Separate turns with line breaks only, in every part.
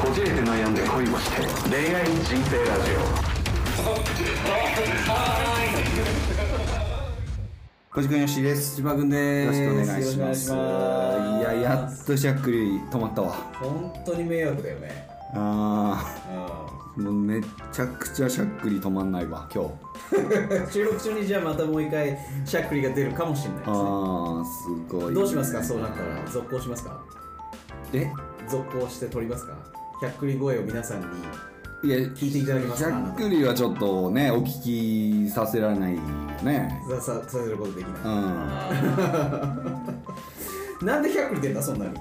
こじれて悩んで恋をして恋愛人生ラジ
小島よしです。
千葉君で
よろ
す
しくお願いします。い
よろしくお願いします
や、やっとしゃっくり止まったわ。
本当に迷惑だよね
ああ、
う
もうめちゃくちゃしゃっくり止まんないわ、今日。
ん収録中にじゃあまたもう一回しゃっくりが出るかもしれないですね
ああ、すごい、
どうしますかそうなったら続行しますか
え
続行して撮りますかしゃっくり声を皆さんに
いや、
聞いていただけますか
しゃっくりはちょっとね、お聞きさせられないよね。
さささせることでき
う。
なんいなんでしゃっくり出んだそんなに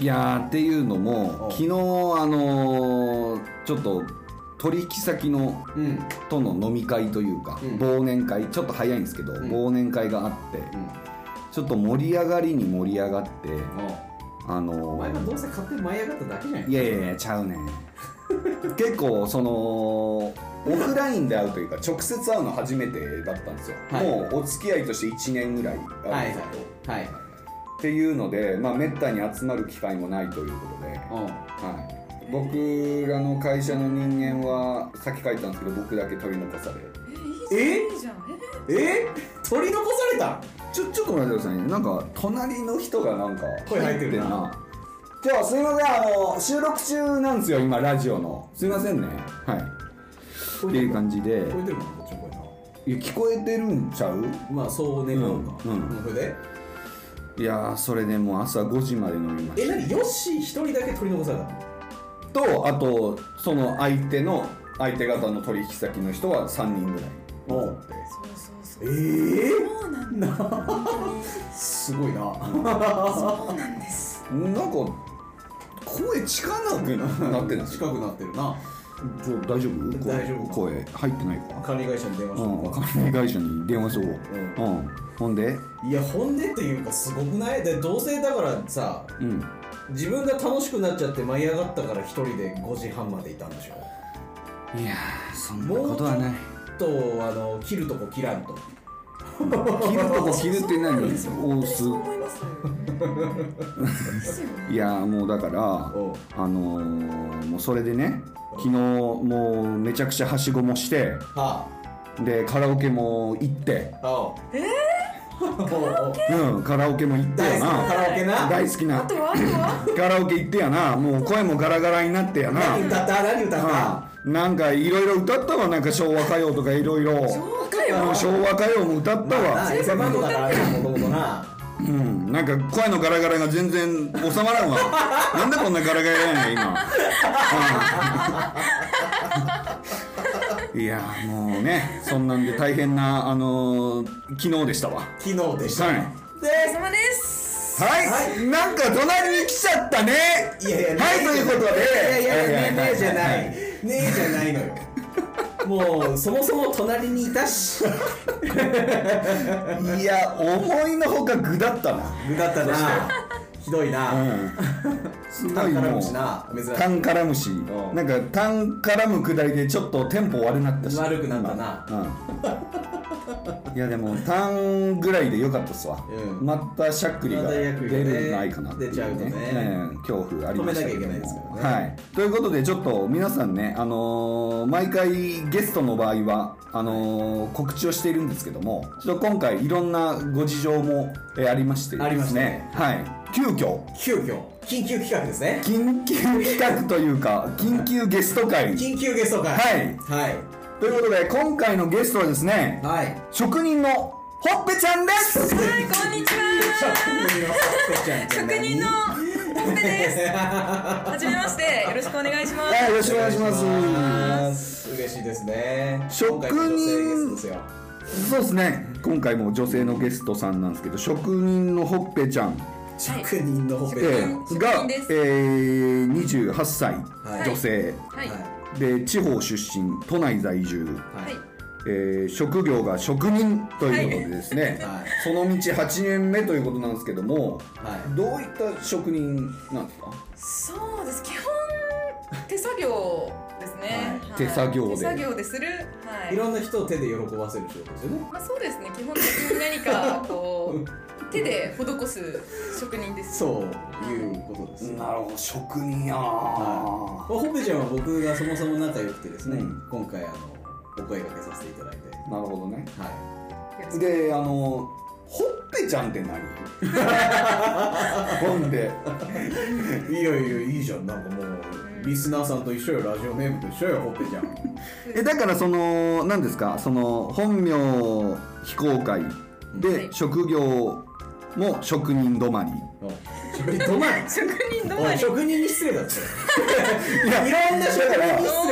いやーっていうの
う
も
ん
昨日あのーちょっと取引先の
うんうん
との飲み会というか、
うん
忘年会ちょっと早いんですけど、
ん
忘年会があって、ちょっと盛り上がりに盛り上がってあ
お
の
前が
ー
どうせ勝手に舞い上がっただけじゃない
いやいやいやちゃうね 結構そのオフラインで会うというか直接会うの初めてだったんですよ、
はい
もうお付き合いとして1年ぐらいあるんですよ、
はいはいは
っていうのでまあめったに集まる機会もないということで、
い
はい、僕らの会社の人間はさっき書いたんですけど僕だけ取り残され
え
いいじゃんえ
うんえ取り残された
ちょちょっと待ってくださいねなんか隣の人がなんか
声入ってるな
じゃあすいませんあの収録中なんですよ今ラジオのすいませんねはいっていう感じで
聞こえてるのこっちの声ない
や聞こえてるんちゃう
まあそう願うか、
うんうん
それで
いやーそれでもう朝5時まで飲みま
え
し
何ヨッシー一人だけ取り残されたの
たとあとその相手の相手方の取引先の人は3人ぐらい残って
そうそうそう
ええ
そうなんだ本
すごいな
当にそうなん です
なんか声近なくなってない
近くなってるな
ちょ大丈夫声
大丈夫か
声入ってないか
管理会社に電話し
う
た
ん
のか、
管理会社に電話しようう、
うん
ほんで
いや本音っていうかすごくないでどうせだからさ
うん
自分が楽しくなっちゃって舞い上がったから一人で5時半までいたんでしょ
いやーそんな
も
こ
うち
と
ょ
はない
っとあの切るとこ切らんと
切るとこ切るって何おす
そう思いますですよね
いやーもうだから
おう
あのー、もうそれでね昨日もうめちゃくちゃはしごもして
は
でカラオケも行って
ああええ
うんカラオケも行ってや
大好きなカ
な
ラオケな
大好き
あ
な
とはあとは
カラオケ行ってやなもう声もガラガラになってやな
何歌った何歌った
うんなんかいろいろ歌ったわなんか昭和歌謡とかいろいろ
昭和歌謡
昭和歌謡も歌ったわ、
なエセバンドだからなもともとな
うんなんか声のガラガラが全然収まらんわなんでこんなガラガラやねん今、うんいやもうねそんなんで大変なあのー昨日でしたわは
昨日でした、
はい
お疲
で
れ様です
い、
はい
なんか隣に来ちゃったね
いやいや、
はいということで
いやいやいや、ねえねえじゃ
は
ないい。ねえじゃないのよ。もう、そもそも隣にいたし。
いや思いのほか具だったな
具だったな。ひどいな。
うんす
タ
ごい
ンカラ
も
ム
う
シな。珍し
タンカラムシ
ん
なんかタンカラム下りでちょっとテンポ悪なったし
悪くなったな
今うんいやでもタンぐらいでよかったっすわ、
うん
またしゃっくりが
また
出
や
る
っく
ん
り
じ
がね
ゃないかなってい
出ちゃうとね
ん恐怖ありましたけど
止めなきゃいけないですからね
はい、ということでちょっと皆さんね、あのー毎回ゲストの場合はあのー告知をしているんですけどもちょっと今回いろんなご事情も、えーありましてですね
ありましたね
はい、急遽
急遽、緊急企画ですね。
緊急企画というか緊急ゲスト会
緊急ゲスト会。
はい
はい。
ということで今回のゲストはですね
はい。。
職人のほっぺちゃんです
はいこんにちは職人のほっぺですはじめましてよろしくお願いします
はいよろしくお願いします
嬉しいですね。
職人
今回の女性ゲストですよ。
すそうですね今回も女性のゲストさんなんですけど職人のほっぺちゃん、
はい
職人のほ
え
べ
ー
は
職
が
人です、
えー、28歳、
はい
女性
はい
い。
は
で地方出身都内在住、
はい
い。
えー職業が職人ということでですね、
はい
その道8年目ということなんですけども、
は
どういった職人なんですか
そうです基本手作業ですね
は
手作業で
手作業でするはい
い。いろんな人を手で喜ばせる仕事ですよね。
まあ、そうですね基本的に何かこう手で施す職人です
そういうことです、
なるほど職人やな
はいまあほっぺちゃんは僕がそもそも仲良くてですね、
うん
今回あのお声掛けさせていただいて
なるほどね
は
であのほっぺちゃん って何ほんで
いいやいやいいじゃんなんかもうリスナーさんと一緒よラジオネームと一緒よほっぺちゃん
えだからその何ですかその本名非公開
は
で
い
職業も職人止まり
お職人どまり
職人ど
お
ま
い
り
職人に失礼だって
いや
いろんな職人に失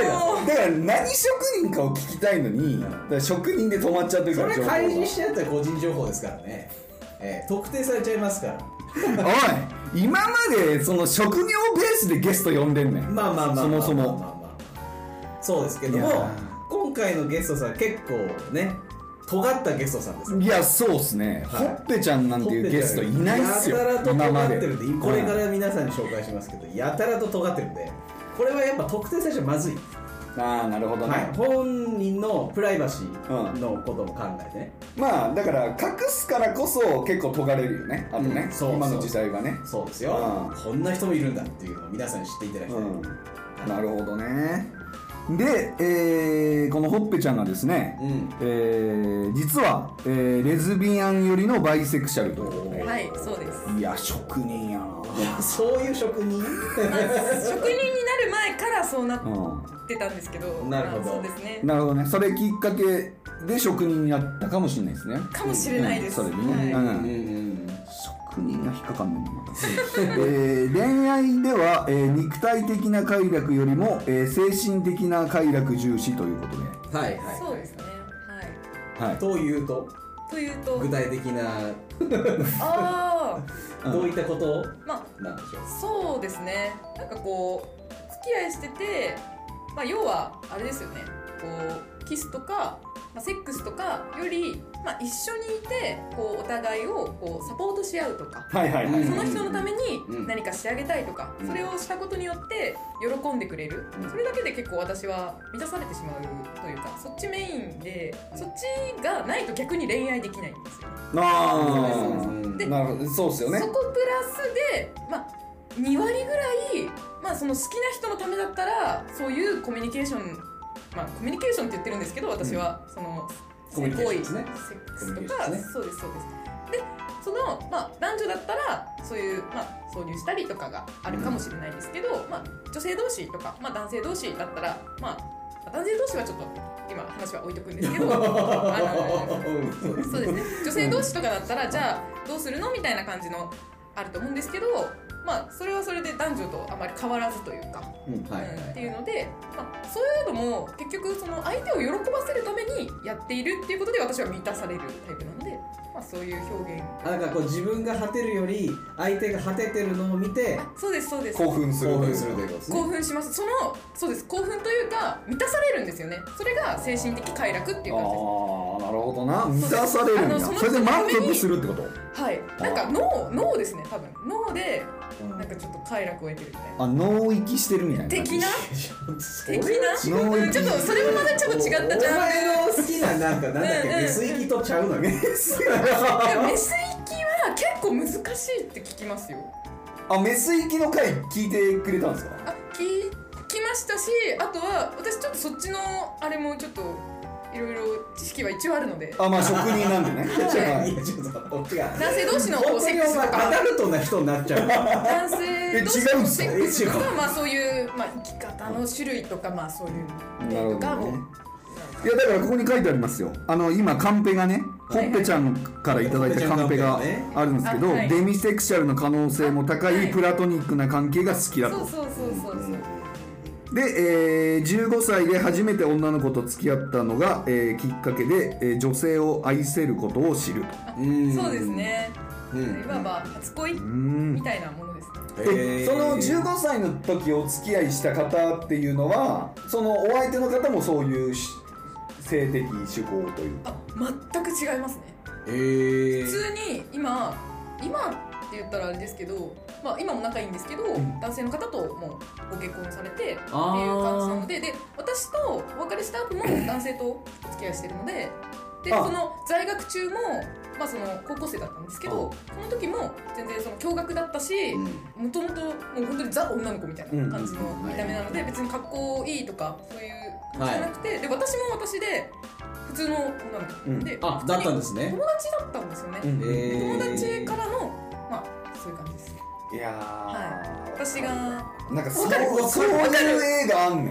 礼だ
おー
だから何職人かを聞きたいのにだから職人で止まっちゃってる
そ
から
れ
情報が
開示してやったら個人情報ですからね、えー特定されちゃいますから
おい今までその職業ベースでゲスト呼んでんねん
まあまあまあまあ
そもそ
まあま
も
あまあそうですけど
い
も
や
今回のゲストさん結構ね尖ったゲストさんです
いやそうっすね、
はい
ほっぺちゃんなんていうゲストいないっすよ
やたらと
今ま
尖
で
ってるんでこれか
はい
ら皆さんに紹介しますけどやたらと尖ってるんでこれはやっぱ特定されちゃまずい、
ああなるほどね、
はい、本人のプライバシーのことも考えてね、
まあだから隠すからこそ結構尖れるよねあとね、
うんそう
今の時代はね
そうですよ、
う
こんな人もいるんだっていうのを皆さんに知っていただきたい、
うんなるほどねで、えーこのほっぺちゃんがですね、
うん
えー実は、えーレズビアン寄りのバイセクシャルということで
はいそうです
いや職人やな
そういう職人
職人になる前からそうなっ
う
てたんですけど
なるほど
まあそうですね
んなるほどねそれきっかけで職人になったかもしれないですね
かもしれないです、
うんそれでね、
はい
うん
ん
職人が引っかかんないんだまた、えー恋愛では、えー肉体的な快楽よりも、えー精神的な快楽重視ということで、
はいはい、はい、
そうですねはい
はい、
というと
というと
具体的な
あ
うん
どういったこと
あま
なんでしょう
あそうですねなんかこう付き合いしてて、まあ、要はあれですよねこうキスとか、まあ、セックスとかより、まあ、一緒にいてこうお互いをこうサポートし合うとか
はいはい
うん
その人のために
うん
何かしてあげたいとか、
うん
それをしたことによって喜んでくれる、
うん
それだけで結構私は満たされてしまうというかそっちメインでそっちがないと逆に恋愛できないんですよ。
あ
うん
あなるほどそうっすよね
そこプラスで、まあ、2割ぐらい、まあ、その好きな人のためだったらそういうコミュニケーション、まあ、コミュニケーションって言ってるんですけど私は、その
コミュニケーションです
セ
ね
ックス
コミュニ
と
ケーシ
か、
ョンですね
そうですそうですでその、まあ、男女だったらそういう、まあ、挿入したりとかがあるかもしれないですけど、まあ、女性同士とか、まあ、男性同士だったら、まあ、男性同士はちょっと今話は置いとくんで すけどあの
そうです
そうですね女性同士とかだったらじゃあどうするのみたいな感じのあると思うんですけどまあそれはそれで男女とあまり変わらずというか、
うん
はい
うん
は
って
い
いうので、まあ、そういうのも結局その相手を喜ばせるためにやっているっていうことで私は満たされるタイプなので、まあ、そういう表現
あなんかこう自分が果てるより相手が果ててるのを見て
あそうですそうです
興奮する
興奮するということです
興
ね
奮しますそのそうです興奮というか満たされるんですよねそれが精神的快楽っていう
ああ
感じです
ーなるほどな満たされるんだ
あのその
それで満足するってこと
はいなんか脳脳ですね多分脳でなんかちょっと快楽を得てるみたいな
あ脳域してるみたいな感じ
的な的
脳
な、
域
うん、ちょっとそれもまたちょっと違ったじ
お
ゃん
前の好きななんかなんだっけ
うんうん
メス行きとちゃうのよ
メス行きは結構難しいって聞きますよ
あメス行きの回聞いてくれたんですか
あ聞きましたしあとは私ちょっとそっちのあれもちょっといろいろ知識は一応あるので
あまあ職人なんでねはい
いやちょっとこっちが
男性同士のこ
本
う
当
セ
に
ッ
お
クスと
前ア
か
ダルトな人になっちゃう
男性同士
え違うん
の
すか
セックスと
え
かまあそういう、まあ、生き方の種類とかまあそういう
なるほ
のとか
ど
も
ねいやだからここに書いてありますよあの今カンペがねほ
はい
っぺちゃんからいただいたカンペがあるんですけど、
あはい
デミセクシャルの可能性も高
はいい
プラトニックな関係が好きだ
そう
と
そうそうそうそう、
で、えー15歳で初めて女の子と付き合ったのが、えーきっかけで、えー女性を愛せることを知ると
うん
そうですね、
う
いわば初恋みたいなものですね
えその15歳の時お付き合いした方っていうのはそのお相手の方もそういうし性的趣向というか
あ全く違いますね
え
普通に今今って言ったらあれですけど、まあ、今も仲いいんですけど、男性の方ともうご結婚されてっていう
あー
感じなのでで私とお別れした後も男性とお付き合いしてるのでで
あ
その在学中もまあ、その高校生だったんですけど、その時も全然その驚愕だったし、もともともう本当にザ女の子みたいな感じの見た目なので、別に格好いいとかそういう感じじゃなくて、で私も私で普通の女の子、
うん
で
あ
普通
だ
に
ったんですね
友達だったんですよね、
うん
で
え
友達
ー
からのまあそういう感じです
いやー
私が
なんかそ
わかる
うそういう映画あんねん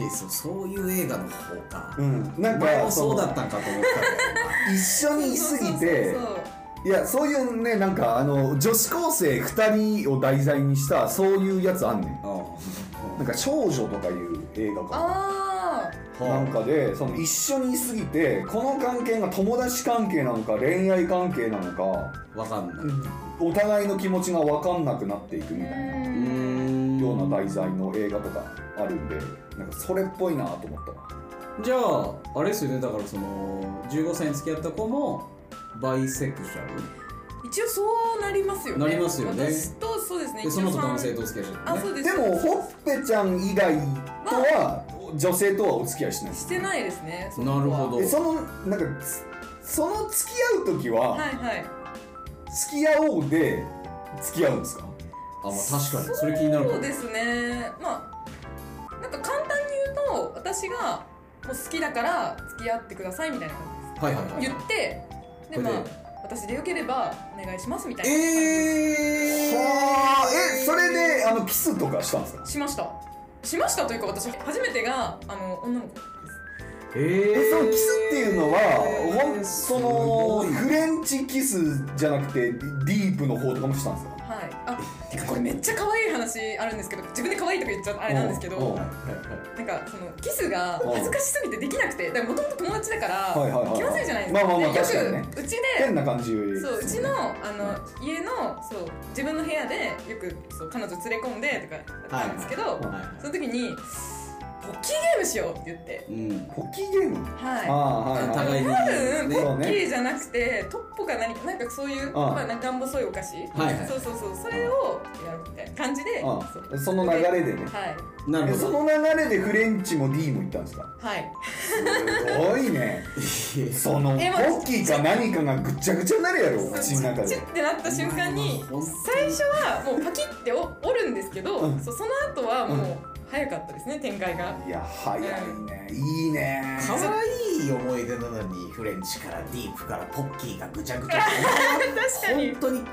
いやそうそういう映画の方か
うん、なん
前
か
もそうだ
の
ったんかと思った
一緒にいすぎて
そうそうそう
いやそういうねなんかあの女子高生2人を題材にしたそういうやつあんねん
けど
な
う
んか「少女」とかいう映画か
あ
ん
なんかでその一緒にいすぎてこの関係が友達関係なのか恋愛関係なのか
わかんない
お互いの気持ちが分かんなくなっていくみ
ーう
たいな
うんん
ような題材の映画とかあるんでなんかそれっぽいなと思ったわ
じゃああれですよねだからその15歳に付き合った子もバイセクシャル
一応そうなりますよね
なりますよね
私とそうですね
でその後
一応三
男性と付き合いちゃ
あ
った
そ
ね
うです
でもほっぺちゃん以外とは女性とはお付き合いしない
してないですねその
な
子
る
は
ほど
えそのなんかつその付き合う時は、
はいはい
付き合おうで付き合うんですか
あ、まあ、確かにそれ気になるか
そう
も
ですねまあなんか簡単に言うと私がもう好きだから付き合ってくださいみたいな感
はいはいは
じ
い
です言ってで
こ
ま
れで
あ私でよければお願いしますみたいな感じで
え
はあえそれであのキスとかしたんですか
しましたしましたというか私初めてがあの女の子です
ー、
え
えー、
そのキスっていうのはほん
すご
そ
い
のフレンチキスじゃなくてディープの方とかもしたんですか
はいあてかこれめっちゃ可愛い話あるんですけど自分で可愛いとか言っちゃあれなんですけ
おうお
ど
う
なんかそのキスが恥ずかしすぎてできなくてだからもともと友達だから
はいはいはいはい
気まずいじゃないです
ま
か、
あまあまあ
でよ
確かにね
くうち
変
で
な感じより
そううちのあの家のそう自分の部屋でよくそう彼女連れ込んでとかだったんですけど、
はいはい
その時に「ポッキーゲームしよう」って言って
うん
ポッキーゲーム
はい
ああはいはい
互いに
多分
ね
ポ
そう
ッキ
ね
ーじゃなくてトッポか何かなんかそういう
ああ
まあなんかん細いお菓子
はいはい
そうそうそうそれをやるみたいな感じで
うんその流れでね
はい
なる
え
ほ
そ
ど
の流れでフレンチもディーも行ったんです か
はい
すごいねそのポ
えまあ
ッキーか何かがぐっちゃぐちゃになるやろ口の中
チ
で
ュッてなった瞬間に
まあまあ本当に
最初はもうパキッてお折るんですけど、
うん
そうその後はもう早かったですね展開が
いや早いねいいね
可愛い思い出なのにフレンチからディープからポッキーがぐちゃぐちゃ
確かに
本当に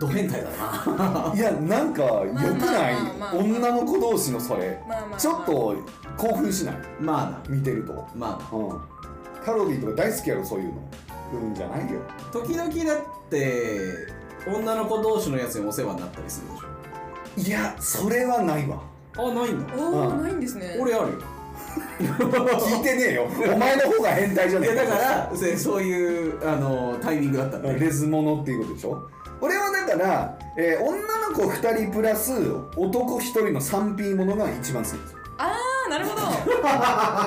ド変態だな
いやなんか良くない
まあまあまあまあ
女の子同士のそれ
まあまあ、まあ、
ちょっと興奮しない
まあ
見てると
なまあな
うんカロリーとか大好きやろそういうのうんじゃないよ
時々だって女の子同士のやつにお世話になったりするでし
いやそれはないわ
ょあないんだ
おお、
うん
ないんですね
俺あるよ
聞いてねえよお前の方が変態じゃ
い
ね
や
え
だからせそういうあのタイミングだったんだよ
レズモノっていうことでしょ俺はだから、えー女の子2人プラス男1人の 3P ものが一番好きです
ああなる ほど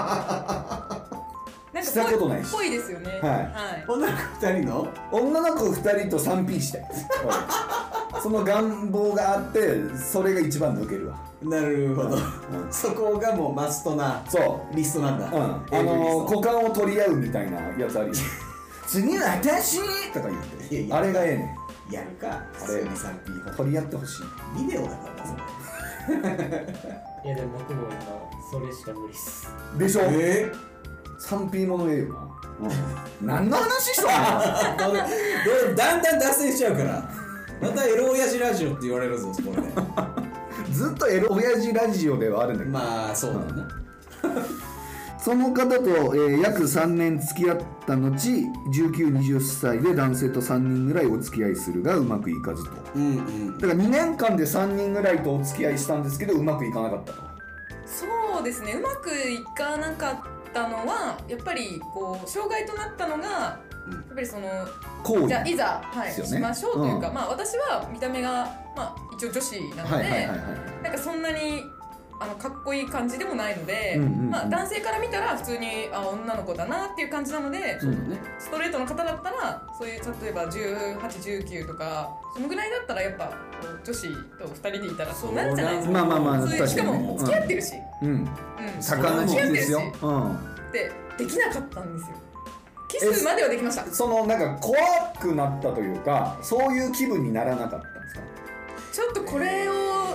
なんか
したことないし
ぽいですよねはい
女の子2人の
女の子2人と 3P したいうんその願望があってそれが一番抜けるわ
なるほ
う
ど、
ん
そこがもうマストな
そう
リストなんだ、
うん、あ
英雄リ
の
スト
股間を取り合うみたいなや つあるよ次は私とか言って
いやいや
あれがええね
やるか普
れ
通に 3P
ん
の
取り合ってほしい
ビデオだからなそれ
いやでも僕も今それしか無理っす
でしょ、
え
3P ものええよな、うん、何の話しとん の
ー、だんだん脱線しちゃうからまたエロ親父ラジオって言われるぞこれで
ずっとエロ親父ラジオではあるんだけど、
まあそうだな、
その方と、えー約3年付き合った後1920歳で男性と3人ぐらいお付き合いするがうまくいかずと
うんうん
だから2年間で3人ぐらいとお付き合いしたんですけどうまくいかなかったと
そうですねうまくいかなかったのはやっぱりこう障害となったのが、
うん
やっぱりその
こう
じゃあいざ、はい
ですよね
しましょうというか、
う
まあ、私は見た目が、まあ、一応女子なので、
はいはいはいはい
なんかそんなにあのかっこいい感じでもないので、
うんうんうん
まあ、男性から見たら普通にあ女の子だなっていう感じなので、
そうだね
ストレートの方だったらそういう例えば1819とかそのぐらいだったらやっぱこう女子と2人でいたらそうなるじゃないですか。
まあまあまあ
そういうしか
確かにね
も付き合ってるし、
うん
うん、
魚好きですよ
でできなかったんですよキスまではできましたちょ
そのなんか怖くなったというかそういう気分にならなかったんですか
っとこれを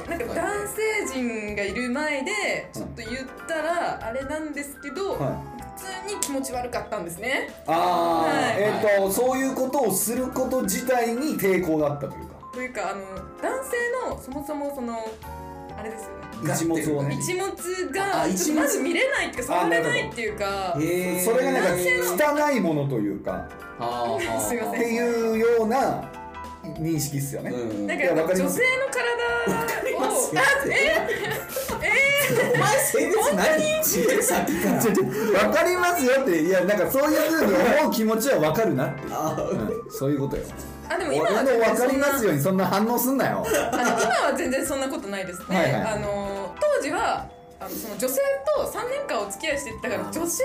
なんか男性陣がいる前でちょっと言ったらあれなんですけど、
はい
普通に気持ち悪かったんですね
ああ、
はい
えっ、とそういうことをすること自体に抵抗だったというか
というかあの男性のそもそもそのあれですよね
ガッて
一物をね
一物
あ
が
一
ちょっ
物
とまず見れないっていうか触れないっていうか
へー
それがなんか
あ
汚いものというか
あー
すいま
っ
せ
ていうような認識っすよね、
うん
なん
いやわか
か
り
女
ます
性の体を
ええお前性別何知ってるさっきから
わかりますよっていやなんかそういうふうに思う気持ちはわかるなっていう、
あー
うんそういうことよ
あでも
俺
今は
の
全
わ
然
か
そ
り
ん
ま
な
すよにそんな反応すんなよ
あの今は全然そんなことないですね、
はいはい
あの当時はあのその女性と3年間お付き合いしてたから女性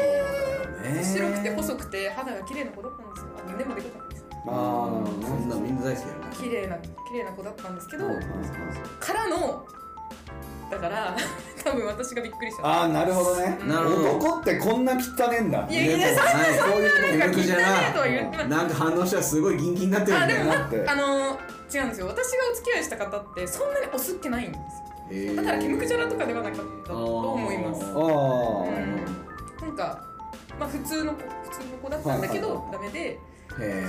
白くて細くて肌が綺麗な子だったんですよあ胸もでかかったです
あーそんなみんな大好きだよね
綺麗な綺麗な子だったんですけど、
う
からのだから 多分私がびっくりした
ああなるほどね
なるほど
男ってこんな汚ねえんだ
いやいや
でも
そんな
はい
そんな
そういう
なん
こと無力
か汚
じゃない
いとは言って
ん
ない
なんか反応したらすごいギンギンになってる
あ
ん
で
だよ
も
な
だって
あの違うんですよ私がお付き合いした方ってそんなにお酢ってないんです
へー
よだからキムクジャラとかではなかったと思います
あ
あー
なんか、まあ、普通の子普通の子だったんだけど、
はいはい
ダメで
へ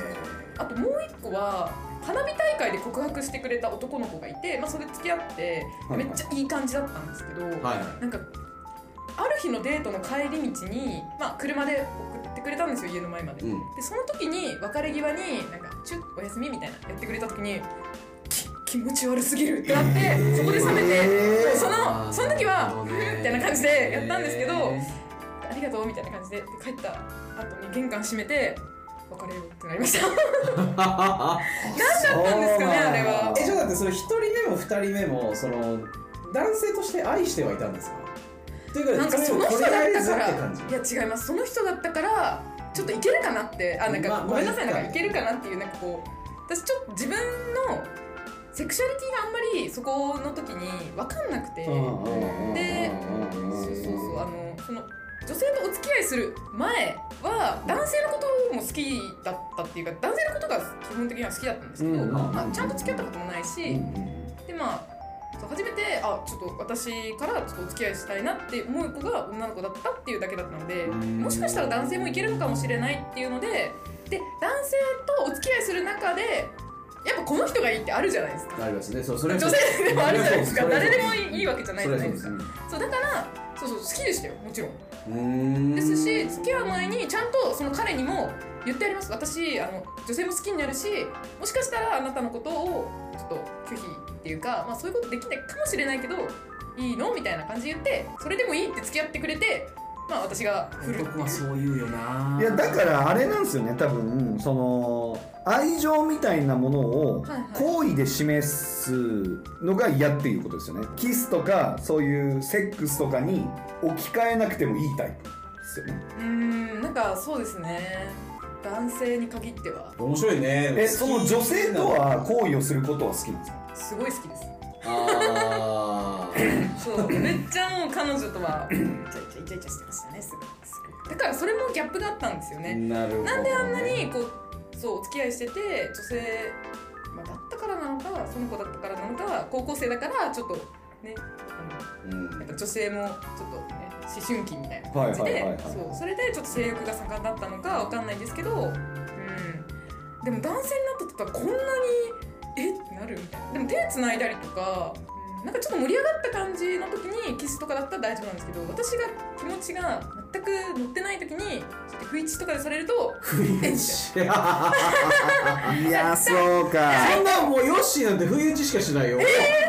あともう一個は花火大会で告白してくれた男の子がいて、まあ、それ付き合って
はい
めっちゃいい感じだったんですけど、
えはい
なんかある日のデートの帰り道に、まあ、車で送ってくれたんですよ家の前まで。
うん
でその時に別れ際になんか「チュッおやすみ」みたいなやってくれた時にき気持ち悪すぎるってなって、そこで冷めて、
えー
そのその時は
あー
「うん」みたいな感じでやったんですけど、
へ
ありがとうみたいな感じでで帰った後に玄関閉めて別れようってなりましたなんだ
ー
ったんですかねあれは
えちょっと待ってそれ一人目も二人目もその男性として愛してはいたんですかというか
なんかその人
と
だったか
りあえずって感じ
らいや違いますその人だったからちょっといけるかなってあなんか、
まあまあ
ごめんなさい
いい
な
か
んかいけるかなっていうなんかこう私ちょっと自分のセクシュアリティがあんまりそこの時に分かんなくて、
うんうんうん
で
うんうんうん
そうそうそうあのその女性とお付き合いする前は男性のことも好きだったっていうか男性のことが基本的には好きだったんですけど、
うんうんうんうん
まあ、ちゃんと付き合ったこともないし、
うん
でまあそう初めてあちょっと私からちょっとお付き合いしたいなって思う子が女の子だったっていうだけだったので
うん
もしかしたら男性もいけるのかもしれないっていうのでで男性とお付き合いする中でやっぱこの人がいいってあるじゃないですか
ありますねそうそれは
女
そう
性でもあるじゃないですか
それはそう
誰でもいいわけじゃないじゃないです
そ
か
れは
そうだからそうそう好きでしたよもちろん
そうですうん
ですし付き合う前にちゃんとその彼にも言ってあります私あの女性も好きになるしもしかしたらあなたのことをちょっと拒否っていうか、まあ、そういうことできないかもしれないけどいいのみたいな感じで言ってそれでもいいって付き合ってくれてまあ私が振るって
男
いう
はそう言うよない
いやだからあれなんですよね多分その愛情みたいなものを
はいはい
好意で示すのが嫌っていうことですよねキスとかそういうセックスとかに置き換えなくてもいいタイプですよね
うーんなんかそうですね男性に限っては
面白いね
えその女性とは好意をすることは好きなんですか
すごい好きです
あー
そうめっちゃもう彼女とはイチャイチャイチャイチャしてましたねすごいすごいだからそれもギャップがあったんですよね
なるほどね
なんであんなにこうそうお付き合いしてて女性、まあ、だったからなのかその子だったからなのか高校生だからちょっとねあ
うん
のなんか女性もちょっとね思春期みたいな感じ
はいはいはい
で
はい
そうそれでちょっと性欲が盛んだったのかわかんないですけど、うん、でも男性になった途端こんなにえってなるみたいなでも手つないだりとか。うんなんかちょっと盛り上がった感じの時にキスとかだったら大丈夫なんですけど私が気持ちが全く乗ってない時にちょっと不一致とかでされるとえみたいない
や
いやそうか
そんなんもうヨッシーなんて不意打ちしかしないよ、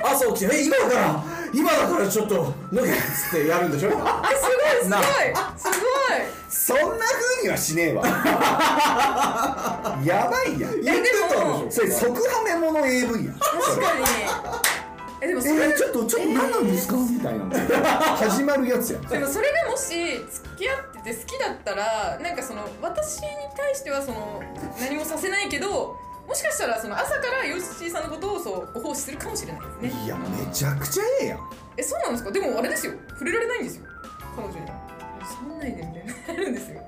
朝起きて「え今だから今だからちょっと脱げ」っつってやるんでしょ
えすごいすごいすご
な
い
そんな風にはしねえわやばいやん
言ってたでし
そ
ょ
れ即ハメもの AV やん
確かにえでもそれ、
えー、ちょっとちょっと何なんですか、みたいなの始まるやつやん
でもそれがもし付き合ってて好きだったらなんかその私に対してはその何もさせないけどもしかしたらその朝からヨッシーさんのことをそうご奉仕するかもしれないですね
いやめちゃくちゃええやん
えそうなんですかでもあれですよ触れられないんですよ彼女には触んないでみたいになるんですよ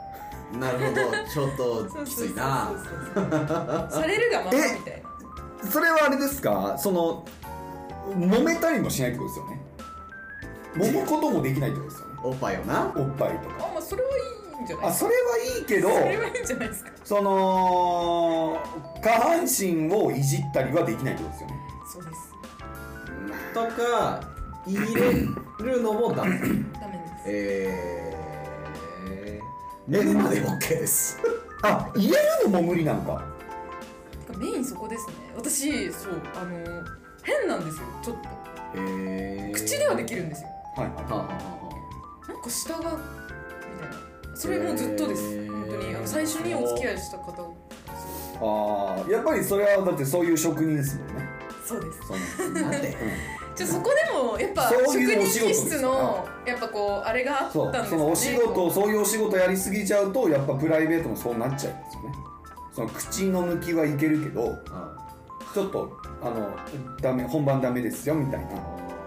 なるほどちょっときついな
そうそうそうそうされるがままみたいな
それはあれですかその揉めたりもしないってことですよね揉むこともできないってことですよね
おっぱいよな
おっぱいとか
あまあそれはいいんじゃない
あ
ですか
それはいいけど
それはいいんじゃないですか
その下半身をいじったりはできないってことですよね
そうです
とか入れるのもダメ
ダメです
えー、寝るまで OK です
あ入れるのも無理なのか
てかメインそこですね私そうあの変なんですよちょっと
えー
口ではできるんですよ
はい
はあは
は
あは
なんか下がみたいなそれもうずっとです、
へー
本当にあの最初にお付き合いした方
いああやっぱりそれはだってそういう職人ですもんね
そうです
その
あなんで
じゃあそこでもやっぱ
そう
職
いうお
人
仕事
気
です
質のやっぱこうあれがあった
そ
んで
う
す
そ
ね
のお仕事そういうお仕事やりすぎちゃうとやっぱプライベートもそうなっちゃいますよねその口の抜きはいけるけど
あ
ちょっとあのダメ本番ダメですよみたいな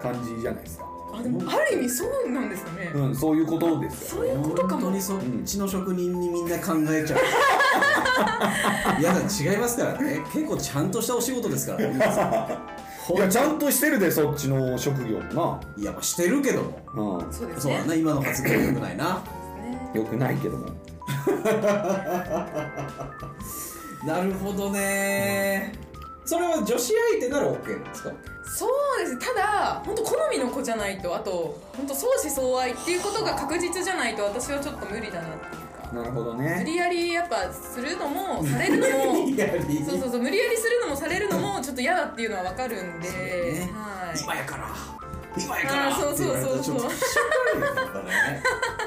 感じじゃないですか
あでもある意味そうなんですよね、
うんそういうことですよ
そういうことか
本当
も
にそっちの職人にみんな考えちゃういや違いますからね結構ちゃんとしたお仕事ですからね皆さん
いやちゃんとしてるでそっちの職業も
いやまあしてるけども
なうん
そうです
そう
ね
だな今の発言よくないな
ね
よくないけども
なるほどねそれは女子相手なら OK なんですか
そうですただ本当好みの子じゃないとあと本当相思相愛っていうことが確実じゃないと私はちょっと無理だなっていうか
なるほど
無
ね
理やりやっぱするのも されるのも
やり
そうそうそう無理やりするのもされるのもちょっと嫌だっていうのはわかるんで、
ね
はい
今やから今やから
あーそうそうそうそう
って言われたらちょっとしんどいよねだからね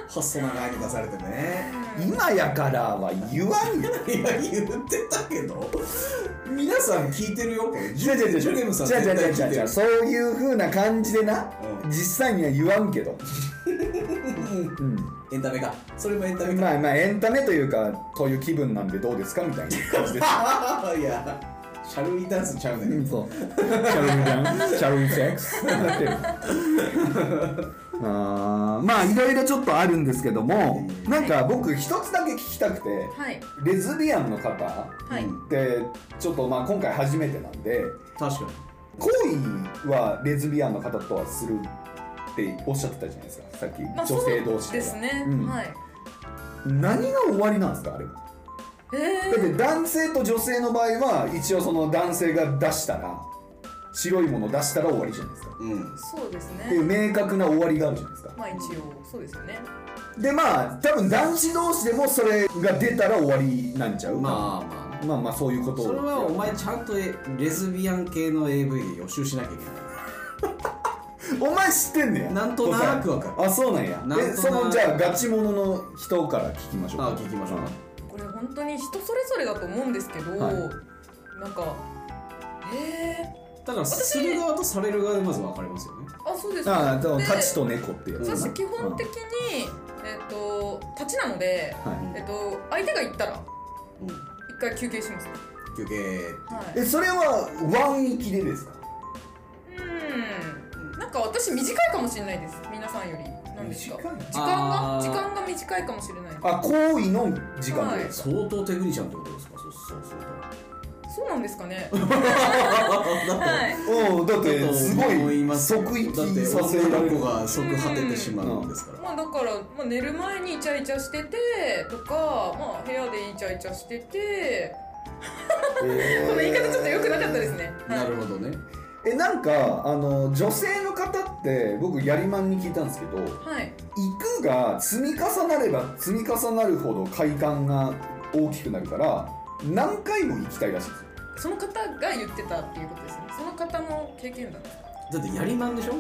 細長いに出されてね
今やからは言わんよ
いや言ってたけど皆さん聞いてるよこれ
違う違う違う
ジュゲムさん
違う違う違う違うそういう風な感じでな、
うん
実際には言わんけ ど、うん
エンタメかそれもエンタメか
まあまあエンタメというかこういう気分なんでどうですかみたいな感じです
ああ いやシャルウィダンスちゃうね、
うん そうシャルウィダンシャルウィセックスなってるあーまあいろいろちょっとあるんですけどもなんか僕一つだけ聞きたくて
はい
レズビアンの方っ
はい、
うん
てちょっとまあ今回初めてなんで
確か
恋はレズビアンの方とはするっておっしゃってたじゃないですかさっき
まあ
女性同士
そう
とか
ですね、
うん
はい
何が終わりなんですかあれは
え
だっ
ー、
て男性と女性の場合は一応その男性が出したら白いもの出したら終わりじゃないですか
にうん
そうです
っていう
ね
明確な終わりがあるじゃないですか
まあ一応そうですよね
でまあ多分男子同士でもそれが出たら終わりなんちゃう
まあまあ
まあまあそういうこと
それはお前ちゃんとレズビアン系の AV で予習しなきゃいけない
お前知ってんねや
なんとなくわかる
答えあそうなんや
なんとな
で
く
そのじゃあガチモノの人から聞きましょうか
あ聞きましょうか
これ本当に人それぞれだと思うんですけど、
はい
なんかえー、
だからする側とされる側でまず分かれますよね
あそうです
ああでも
で
タチと猫ってやつだな
私基本的
う
に、えっと立ちなので、
んはい
えっと相手が行ったら
うん
一回休憩します、ね、
休憩
はい
えそれはワン域でですか
うんなんか私短いかもしれないです皆さんより何ですか
短い
時間が
あー
時間が短いかもしれない
あ行為の時間ってことですか
相当テクニシャンってことですかそうそうそうだ
そうなんです かね
って
はい
うんだってすご
思
い
ますよ
即
だっ
域
て
させら
女
れ
の
る
子が即果ててしまうんですから
まあだから、まあ、寝る前にイチャイチャしててとか、まあ、部屋でイチャイチャしててこの言い方ちょっと良くなかったですね、はい
なるほどね
えなんかあの女性の方って僕やりまんに聞いたんですけど
はい
育が積み重なれば積み重なるほど快感が大きくなるから何回も行きたいらしいですよ
その方が言ってたっていうことですねその方の経験談ですか
だってやりまんでしょ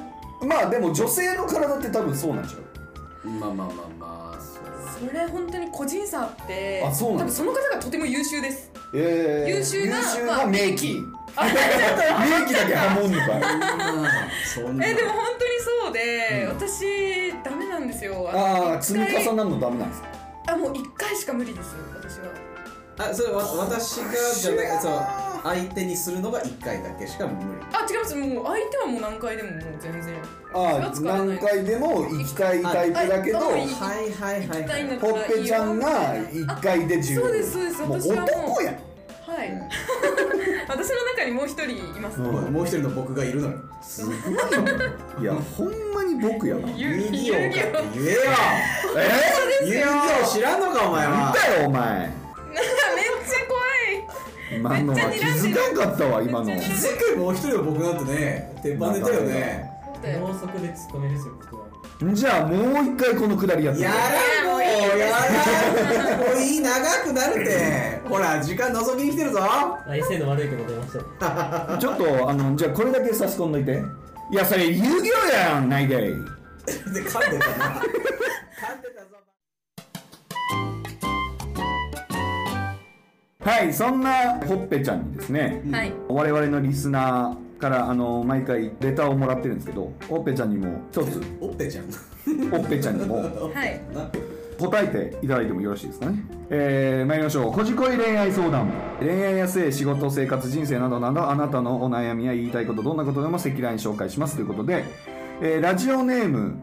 まあでも女性の体って多分そうなんちゃう
まあまあまあまあそう
それ本当に個人差あって
あそうなん
多
だ
分その方がとても優秀です
えー、
優秀な
優秀
ま
な
あ
名機名機だけハモんのかい
そんな
えでも本当にそうで、
うん
私ダメなんですよの
ああ
一
積み
回
重なるのダメなんですか
あもう一回しか無理ですよ私は
あそれわ私がじゃなくてそう相手にするのが1回だけしか無理
あ違いますもう相手はもう何回でももう全然
ああ何回でも行きたいタイプだけど
はい
はいはいはい
痛いんだった
ほ
ら
っ
いいよ
ぺちゃんが1回で十分
そうですそうです
もう
私はもう
男やん
はい、 私の中にもう一人います、
うん
もう一人の僕がいるのよ
すごいないやほんまに僕やなえ
遊
遊
戯
戯王
王
かって 言えよ
え
遊戯王知らんのかお前
なん
は
だよお前
めっちゃ怖
今のは
め
気
っちゃ睨んで
づ
る
かんかったわ今の
めっちゃ睨んでる
世界もう一人の僕なんてね鉄板でたよね
いで
高速で突っ込めですよ僕は
じゃあもう一回このくだりやって
やらんもうやらんもういい長くなるってほら時間覗きに来てるぞ
あ威勢の悪いこと出ました
ちょっとあのじゃあこれだけ差し込んどいていやそれ遊戯王やんないかい
で噛んでたな噛んでたぞ
はいそんなほっぺちゃんにですね
はい
我々のリスナーからあの毎回レターをもらってるんですけどほっぺちゃんにも一つ
おっぺちゃん
ほっぺちゃんにも
はい
答えていただいてもよろしいですかねえー、参りましょうこじこい恋愛相談恋愛や性仕事生活人生などなどあなたのお悩みや言いたいことどんなことでも赤裸々に紹介しますということで、えーラジオネーム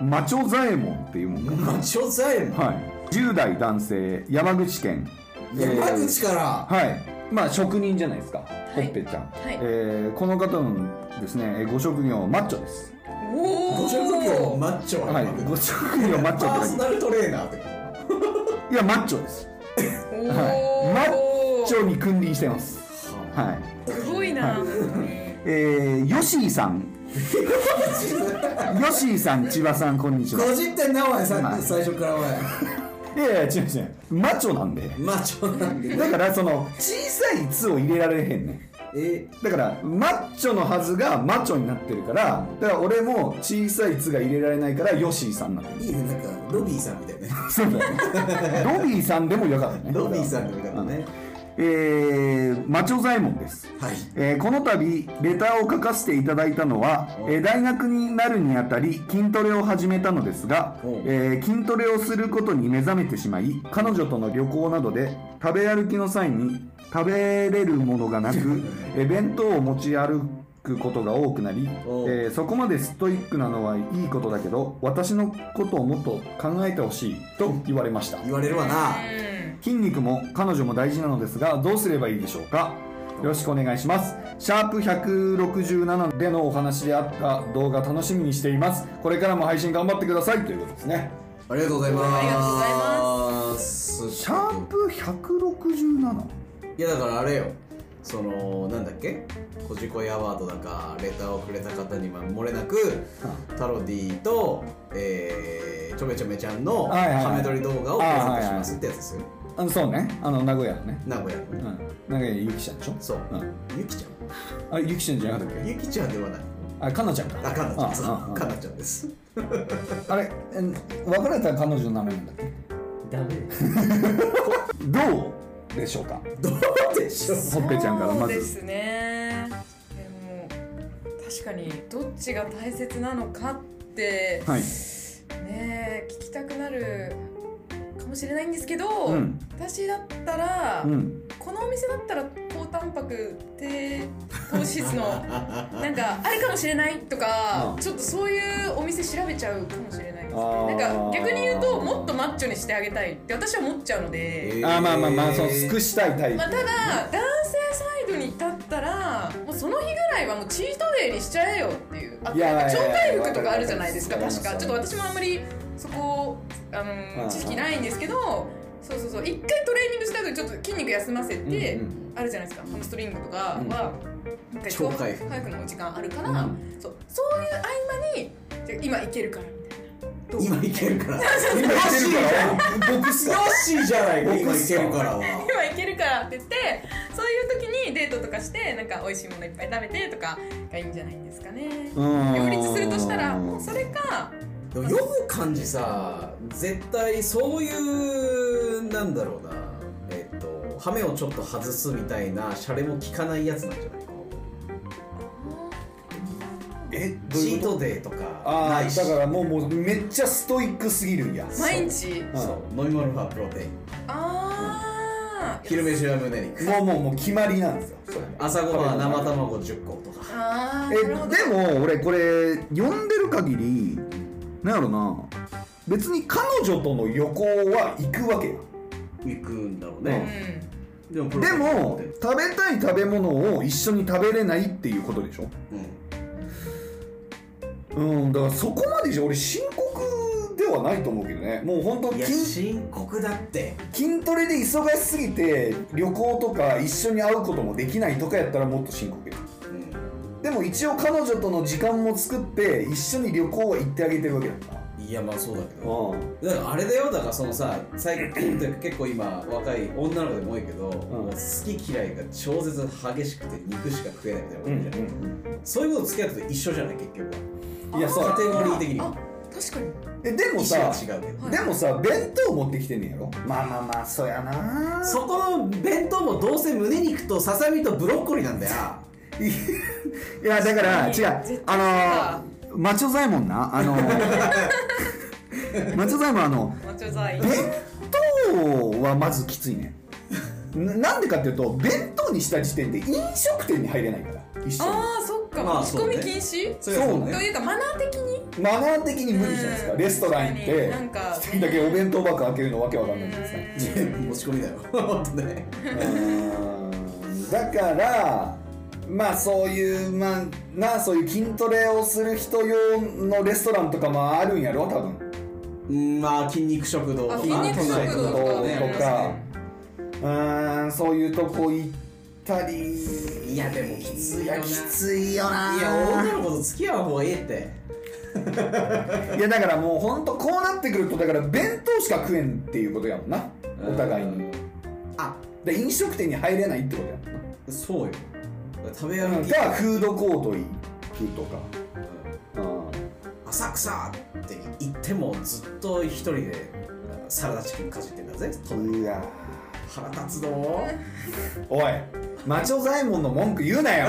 マチョザエモンっていうもんか
マチョザエモ
はい、10代男性山口県
ン山口から
えーはいまあ職人じゃないですか、ほ
い
っぺちゃん、
い
えーこの方のですねえーご職業マッチョです
お
ご職業
お
マッチョは
はいご職業マッチ
パ
ョ
ー
って
ソ
書い
ナルトレーナーって
ていやマッチョです
お
はいマッチ
ョ
ョに君臨してますはい
すごいな、
えー、ヨシーさんヨシーさん千葉さんこんにちは
50点なお前さ
はい
最初からお前
いやいや違う違うマッチョなんで
マチョなんで
だからその小さい「つ」を入れられへんねん
え
だからマッチョのはずがマッチョになってるからだから俺も小さい「つ」が入れられないからヨシーさんなの
いいねなんかロビーさんみたいなね
そうだよねロビーさんでもよかったね
ロビーさんみたいなね
えー、マチョザイモンです
はい
えーこの度レターを書かせていただいたのは、えー大学になるにあたり筋トレを始めたのですが、
おう
えー筋トレをすることに目覚めてしまい彼女との旅行などで食べ歩きの際に食べれるものがな く、えー弁当を持ち歩くことが多くなり、え
おう
ーそこまでストイックなのはいいことだけど私のことをもっと考えてほしいと言われました
言われるわな
うん
筋肉も彼女も大事なのですがどうすればいいでしょうかよろしくお願いしますシャープ167でのお話であった動画楽しみにしていますこれからも配信頑張ってくださいということですね
ありがとうございます
ありがとうございます
シャープ 167?
いやだからあれよそのなんだっけ「こじこいアワード」だかレターをくれた方には漏れなくタロディと、えー、ちょめちょめちゃんの
はいはいはい
ハメ撮り動画をプレゼントしますってやつですよ
あのそうねあの名古屋のね
名古屋
うん
のね
名古屋ゆきちゃんでしょ
そう、
ん
ゆきちゃ
あゆきちゃんじゃなかったっ
ん
け
ゆきちゃんではない
あかなちゃんか
あかなちゃん
ああ
そう
あ
かなちゃんです
あれえ別れた彼女の名前なんだっけ
ダメです
どうでしょうか
どうでしょう
ほっぺちゃんからま
そうで
ず
すねでも確かにどっちが大切なのかって
はい
ねえ聞きたくなるかもしれないんですけど、
うん
私だったら、
うん
このお店だったら高タンパク低糖質の なんかあれかもしれないとか
うん
ちょっとそういうお店調べちゃうかもしれないですね
あー
なんか逆に言うともっとマッチョにしてあげたいって私は思っちゃうので、
あまあまあまあそう尽くしたいタイプ
まあ、ただ男性サイドに立ったらもうその日ぐらいはもうチートデイにしちゃえよっていうあと
いやいや
なんか
いや
超回復とかあるじゃないですか
わかりま
確
す
かちょっと私もあんまりそこあの
うん
ー知識ないんですけどそうそうそう一回トレーニングした後にちょっと筋肉休ませて。
うんうん
あるじゃないですかハムストリングとかは、なんか
超回復
早くの時間あるから、そうそういう合間にじゃあ今いけるからみたいなどう
今いけるからよ
今言ってるから僕っすか
しじゃないか今いけるからは
今いけるからって言ってそういう時にデートとかしてなんか美味しいものいっぱい食べてとかがいいんじゃないんですかね両立するとしたらもうそれか
でも読む感じさ絶対そういうなんだろうなえっとハメをちょっと外すみたいなシャレも効かないやつなんじゃないか
え
チートデーとか
あ
ない
あ
し
だからもうもうめっちゃストイックすぎるんや
毎日
そう飲み物はプロテイン
あああ
昼飯は胸肉
もうもうもう決まりなんですよそれ
朝ごはんは生卵10個とか
あー
え
なるほど
でも俺これ読んでる限りなんやろな別に彼女との旅行は行くわけよ
行くんだろう
う
ね、
ん
でもプロ
で
テイン
も食べたい食べ物を一緒に食べれないっていうことでしょ
うん
うんだからそこまでじゃ俺深刻ではないと思うけどねもう本当
いや
筋
深刻だって
筋トレで忙しすぎて旅行とか一緒に会うこともできないとかやったらもっと深刻よ
うん
でも一応彼女との時間も作って一緒に旅行は行ってあげてるわけだから
いやまあそうだけど
う
だからあれだよだからそのさ最近って結構今若い女の子でも多いけど、もう好き嫌いが超絶激しくて肉しか食えないみたいなことじゃん、そういうこと付き合ってと一緒じゃない結局
んいやそう
はカテゴリー的に
あ確かに
えでも
意思
さ
は違うけど、
はい
でもさ弁当持ってきてんねやろまあまあまあそうやな
そこの弁当もどうせ胸肉とささみとブロッコリーなんだよ
いやだから違
絶対
うあのーマチョザイモンなあの ーマチョザイモンあの
マチョザイ
弁当はまずきついねななんでかっていうと弁当にした時点で飲食店に入れないから一緒に
ああそっか
まあ
持ち込み
そうね
禁止
それはそう
と
ね
いうかマナー的に
マナー的に無理じゃないですか
うん
レストラン行っ
確
て
かになんか
一人だけお弁当箱開けるのわけわかんないじゃないですか
持ち込み だよ本当ね
うんだからまあそういうまあなそういう筋トレをする人用のレストランとかもあるんやろ多分
うんまあ筋肉食堂とか
あ筋肉食堂とかね
とかうんそういうとこ行ったり
いやでもきついよない
やきついよない
や女の子と付き合う方がいいって
いやだからもうほんとこうなってくるとだから弁当しか食えんっていうことやもんなお互いに
あ
で飲食店に入れないってことやもんな
そうよ食べ歩き
がフードコート行くとかうん
浅草って行ってもずっと一人でサラダチキンかじってんだぜ
うわ
腹立つぞ
おいマチョザイモンの文句言うな よ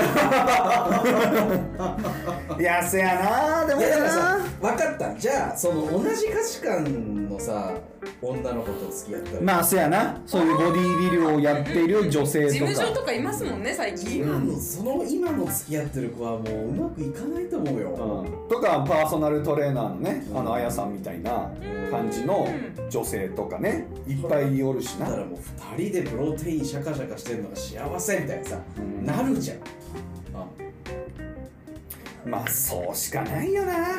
いやせやなでも
いやだから
な
さ分かったじゃあその同じ価値観のさ女の子と付き合ったら、
まあせやなそういうボディービルをやっている女性
事
と
務所
か
とかいますもんね最近
今のその今の付き合ってる子はもううまくいかないと思うよ、
うんとかパーソナルトレーナーのねあのあやさんみたいな感じの女性とかねいっぱいおるし
だか
な
らもう2人でプロテインシャカシャカしてるのが幸せみたいなさ、なるじゃんあ
まあそうしかないよな
あ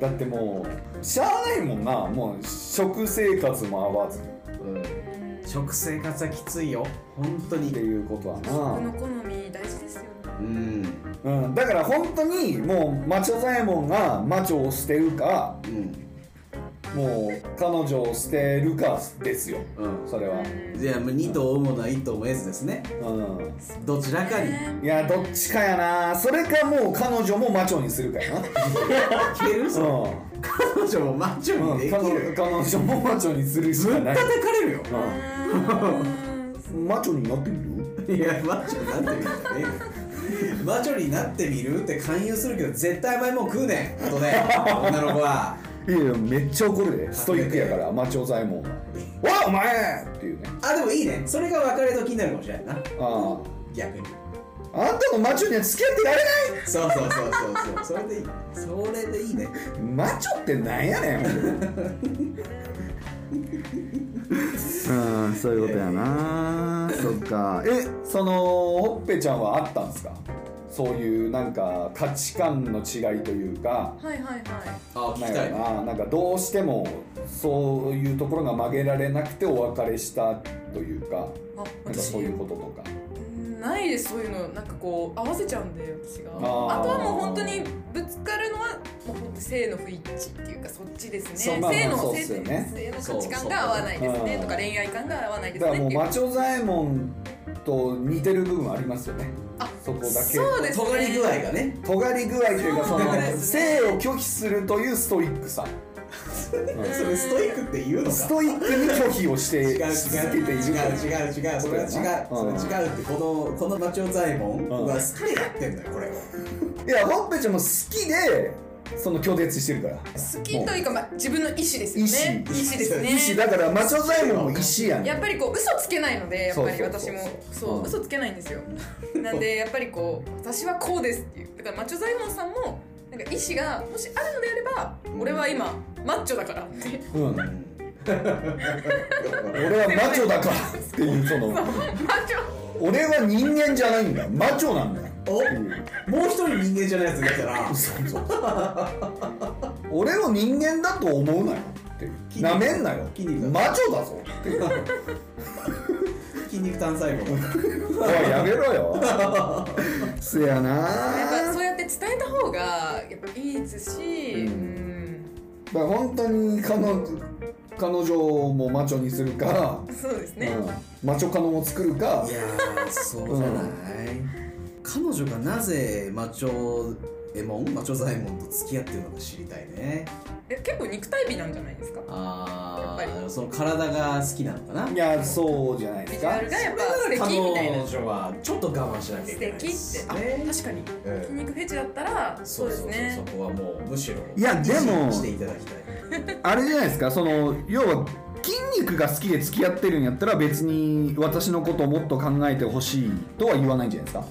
だってもうしゃあないもんなもう食生活も合わずっ
うん食生活はきついよ本当
て
に
いうことはな
この好み大事ですよね
うん
うん、だから本当にもうマチョザエモンがマチョを捨てるか
うん
もう彼女を捨てるかですよ
うん
それは、
じゃあ2頭を追うものは1頭も得ずですね
う
どちらかに
ん、いやどっちかやなそれかもう彼女もマチョにするかやな、
消える
う
そ
ん
彼女もマッチョ
うん、
にで
彼
き
女
る
彼女もマチョにするしかない、
叩かれるよ
うん、マチョになってみる
いやマッチョになってみるんだねマッチョになってみるって勧誘するけど絶対甘いもん食うねんあとね女の子はい
やいやめっちゃ怒るでストイックやからマチョザエモンは「おいお前!」っていうね
あでもいいねそれが別れ時になるかもしれないな
あ
逆に
ああんたのマチョには付き合ってられない
そうそうそうそうそうそれでいいそれでいいね
マチョってなんやねんうんそういうことやなそっかえそのほっぺちゃんはあったんですかそういうなんか価値観の違いというか
はいはいはい
あ
なんやろななんかどうしてもそういうところが曲げられなくてお別れしたというか
あ
なんか
私
そういうこととか
ないですそういうのなんかこう合わせちゃうんで私が
あー
あとはもう本当にぶつかるのはもう本当性の不一致っていうかそっちですね
そう
性
まあ
の
まあそうっ
性
すよね
性の価値観が合わないですねとか恋愛観が合わないで
だ
す
から
ねっ
もう
ていう
マチョザエモンと似てる部分はありますよね
あ
そこだけ
そうですね
尖り具合がね
尖り具合というかその
そうですね
性を拒否するというストイックさ
それストイックって言うのか
ストイックに拒否をし
違う違う違
て続け
う違う違う違う
ている
違うそれは違うそれ違うってこのこのマチョザイモンは好きでやってんだよこれを
いやほっぺちゃんも好きでその拒絶してるから
好きというか、まあ、自分の意思ですよ
意
ね
思
意思ですね
意思だからマチョザイモンも意思やねん
やっぱりこう嘘つけないのでやっぱり私も
そうそうそうそう
そう
うん
嘘つけないんで すよなんでやっぱりこう私はこうですっていうだからマッチョ財門さんもなんか意思がもしあるのであれば俺は今マッチョだから って
うん、俺はマチョだからっていうその
マッチョ
俺は人間じゃないんだマチョなんだよ
おもう一人人間じゃないやつがいたら
そうそう俺を人間だと思うなよっていうなめんなよ
筋肉
マチョだぞっていう
筋肉単細胞
おいやめろよせやな
やっぱそうやって伝えた方がやっぱいいですし、
う
うんん、
まあ本当に彼女彼女もマチョにするか、
そうですね、
うん、マチョカノを作るか
いやーそうじゃない、彼女がなぜマチョエモンマチョザイモンと付き合ってるのか知りたいね
え結構肉体美なんじゃないですか
あ
やっ
あその体が好きなのかない
やそうじゃないで
ビ
す
ジュア
か
ルがやっぱ
彼
素敵みたいな素
女はちょっと我慢しなきゃいけ
敵
な
っ
い
て
です
あ
ね
確かに
うん
筋肉フェチだったらそうですね
そこはもうむしろ
いやでも
維持していただきたい
あれじゃないですかその要は筋肉が好きで付き合ってるんやったら別に私のことをもっと考えてほしいとは言わないんじゃないですか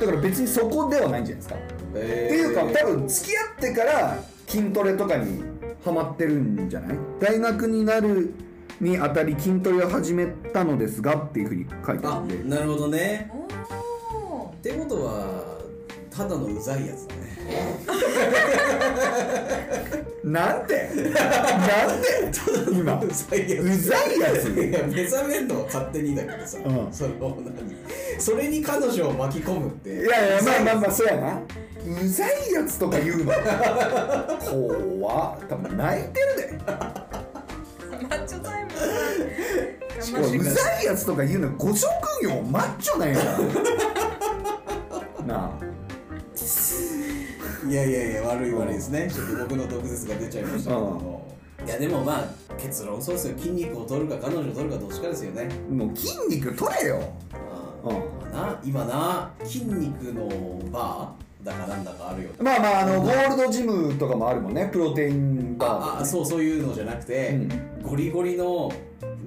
だから別にそこではないんじゃないですかっ
って
ていうか多分付き合ってから筋トレとかにハマってるんじゃない大学になるにあたり筋トレを始めたのですがっていうふうに書いてある
あ
んで
なるほどね
おー
ってことはただのうざいやつだね
なんでなんで今
うざいや
うざいやつ
いや目覚めるのは勝手にだけどさ、
うん
それを何それに彼女を巻き込むってい
いやいやまあまあまあそうやなうざいやつとか言うの怖っ多分泣いてるで
マッチョタイム
しかもうざいやつとか言うのご職業マッチョなんやからなあ
いやいやいや悪い悪いですねちょっと僕の毒舌が出ちゃいましたけどもいやでもまあ結論そうですよ筋肉を取るか彼女を取るかどっちかですよね
もう筋肉取れよ
う
うんん
まあな今な筋肉のバーだかなんだかあるよ
まあまああのゴールドジムとかもあるもんねプロテイン
あ
バ
あそうそういうのじゃなくて、
うん
ゴリゴリの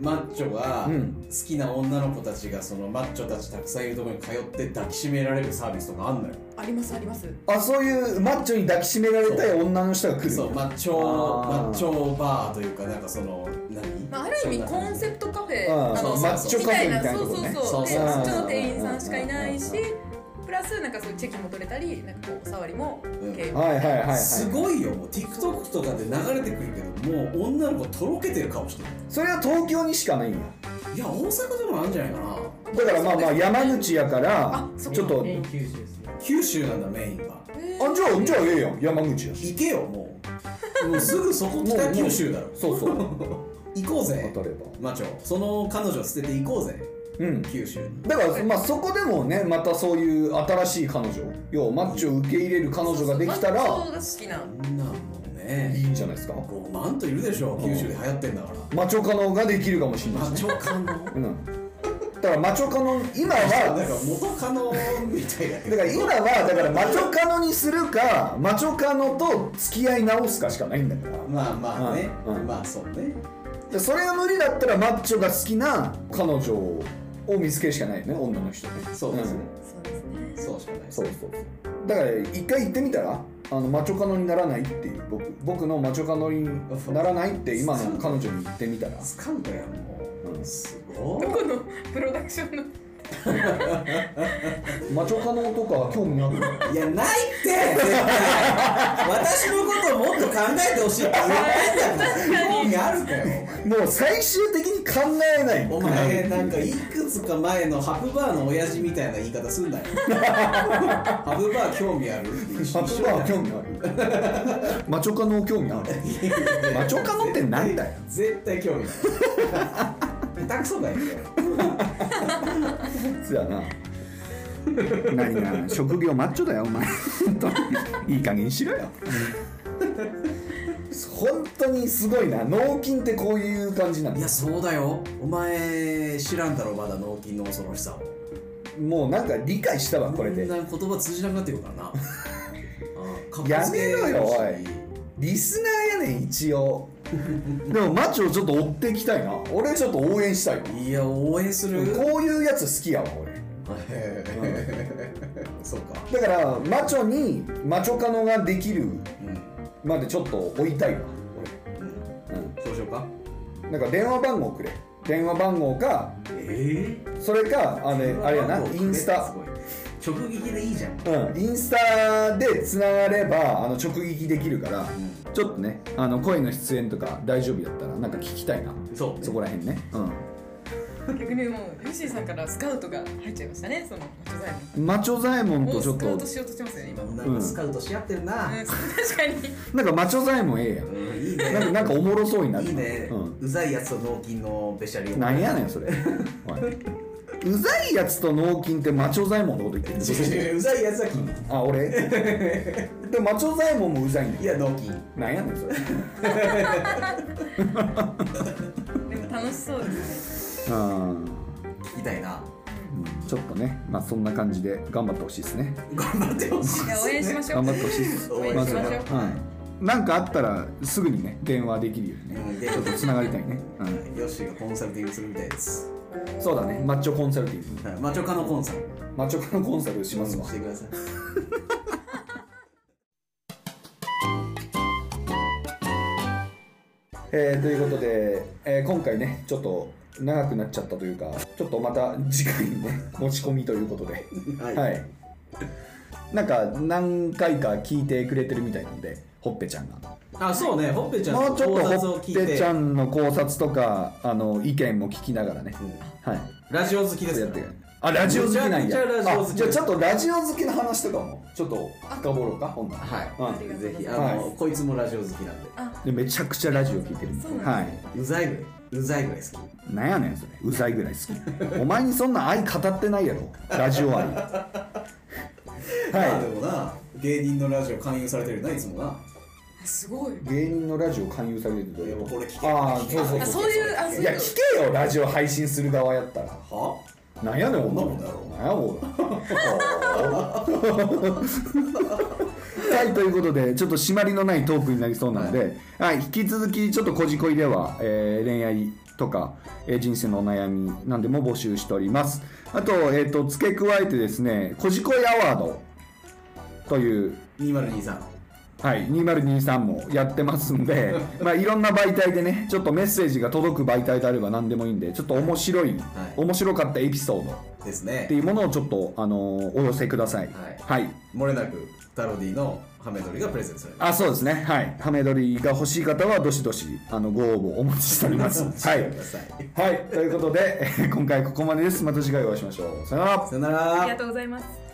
マッチョが
うん
好きな女の子たちがそのマッチョたちたくさんいるところに通って抱きしめられるサービスとかあんのよ
ありますあります
ーあそういうマッチョに抱きしめられたい女の人が来る
そうマッチョ
あー
マッチョバーというかなんかその何、
まあ、ある
そ
意味
んな
コ
感
ン
じ
セプトカフェ
うん
あの
そうマッチョ
カフェみたいな
そうそう
そ
そうう
そ
で
う
マッチョの店員さんしかいないし
うん
プラスなんかそういうチェキも取れたりなんかこう触りも
うん
経営も
はいはいはい、はい、
すごいよもう TikTok とかで流れてくるけどもう女の子とろけてる顔してる
それは東京にしかないんや
いや大阪でもあるんじゃないか
だ
な
からまあまあ山口やから
あそっか
ちょっと
メイン九州ですね。
九州なんだメインは
へー
あじゃあじゃあええやん山口やし
行けよもうもうすぐそこ北九州だろ
そう そう
行こうぜ
当たれば
マチョその彼女を捨てて行こうぜ
うん
九州に
だからまあそこでもねまたそういう新しい彼女要はマッチを受け入れる彼女ができた
マッチ
ら
ョが好きな
そんなんもう
い
ね
いんじゃないですか
5万といるでしょ九州で流行ってんだから
マチョカノができるかもしれないし
マ
ね
チョ カノ
うんだからマチョカノ今
なんか
は
元カノみたいだ
だ
けど
から今はだからマチョカノにするかマチョカノと付き合い直すかしかないんだから
まあまあね、
うんうん
まあそうね
でそれが無理だったらマッチョが好きな彼女を見つけるしかないよね女の人ね
そうですね、
そうですね
そうしかないです
そうそうそうだから一回行ってみたらあのマチョカノにならないっていう僕僕のマチョカノにならないって今の彼女に言ってみたら
掴んだやんも
うん
うすごい
どこのプロダクションの
マチョカノとか興味ある
いやないって絶対私のことをもっと考えてほしいって言ったんだから興味あるかよ
もう最終的に考えない
お前お前なんかいくつか前のハプバーの親父みたいな言い方す んなよハプバー興味あるって一
マ
緒
チ
一
ョ
緒
カ
だ
ノ
よ
興味ある マチョカノ興味あるマチョカノってなんだよ
絶対興味ない下手くそだよ
そうやな何が職業マッチョだよお前本当 にいい加減にしろよ本当にすごいな脳筋ってこういう感じなん
い
だ
やそうだよお前知らんだろまだ脳筋の恐ろしさを
もうなんか理解したわこれで
んな言葉通じなくなってくるからなああかっこつけるし
やめろよおいリスナーやねん一応でもマッチョをちょっと追っていきたいな俺ちょっと応援したいない
や応援する
こういうやつ好きやわ俺
へえそうか
だからマチョにマチョカノができる
うん
までちょっと追いたいわ俺う
そうしようか
んなんか電話番号くれ電話番号か
ええ
それかあのあれやなインスタ
直撃でいいじゃん
うん、インスタでつながればあの直撃できるから、
ん
ちょっとねあの声の出演とか大丈夫やったらなんか聞きたいな
そうね
そこらへんね
逆にもうヨッシーさんからスカウトが入っちゃいましたねそのマチョザイ
うんマチョザエモン
モン
と
を
ちょっ
スカウ
と
トしようとしてますよね今うん
なんかスカウトし合ってるな、
確かに
なんかマチョザエモンええやん
うんいい
なんか
ね
なんかおもろそうになる
いいね、う
う
ざいやつと脳筋のべしゃり
ん、なんやねんそれおいうざいやつと脳筋ってマチョザエモンのこと言ってる
違う違ううざいやつは筋肉
あ俺でマチョザエモンもうざいんだ
い
よ
や脳筋
なんやねんそれ
でも楽しそうですね
うん
聞きたいな
ちょっとねまあそんな感じで頑張ってほしいですね
頑張ってほしい
いや応援しましょう
頑張ってほしいです
応
援
ま
し
ず
ま
は
しょう
はいなんかあったらすぐにね電話できるようにね
うんで
ちょっとつながりたいね、うん、
ヨッシーがコンサルティングするみたいです
そうだねマッチョコンサルティング
はいマチョカのコンサル
マッチョコのコンサルしますわ
してください
えーということで、えー今回ねちょっと長くなっちゃったというかちょっとまた次回にね 持ち込みということで
は
はいい、なんか何回か聞いてくれてるみたいなんでほっぺちゃんが
あそうねほっぺちゃん
もうちょっ
考
と
察
ほ
を
っ
聞い
ぺ
て
ちゃんの考察とかあの意見も聞きながらね、はい
ラジオ好きです
や
か
って
ら
いくあラジオ好きなん
めち
や
ゃくちゃラジオ好き
あじゃあちょっとラジオ好きの話とかもちょっと深掘ろうかほんなら
は
う
い
ん
ぜひあの、
は
こいつもラジオ好きなんで
あ
でめちゃくちゃラジオ聞いてる
そうなんだ
はい、
うざいぐらいうざいぐらい好き
なんやねんそれうざいぐらい好きお前にそんな愛語ってないやろラジオ 愛
まあで
は
もな芸人のラジオ勧誘されてるないつもな
すごい
い芸人のラジオ勧誘されてると
いやもうこれ聞け
ああそうそう
あ
そう
そういうあそう
い
い
や
う
聞けよラジオ配信する側やったら
は
なんやねんお前
そんなもんだろ
なんやお前 はいということでちょっと締まりのないトークになりそうなので、はい引き続きちょっと「こじこい」では、えー恋愛とか、えー人生のお悩みなんでも募集しておりますあと,、えー、と付け加えてですね「こじこいアワード」という
2023
はい、2023もやってますん で、まあ、いろんな媒体でね、ちょっとメッセージが届く媒体であれば何でもいいんで、ちょっと面白い、面白かったエピソードっ
ですね
ていうものをちょっと、あのーお寄せください。
は
はい。
漏れなくタロディのハメ撮りがプレゼントされる
あ、そうですね。はい。ハメ撮りが欲しい方は、どしどし、あの、ご応募お待ちしており ます。はい。
ください
はい。ということで、えー今回ここまでです。また次回お会いしましょう。さよなら。
さよなら
ありがとうございます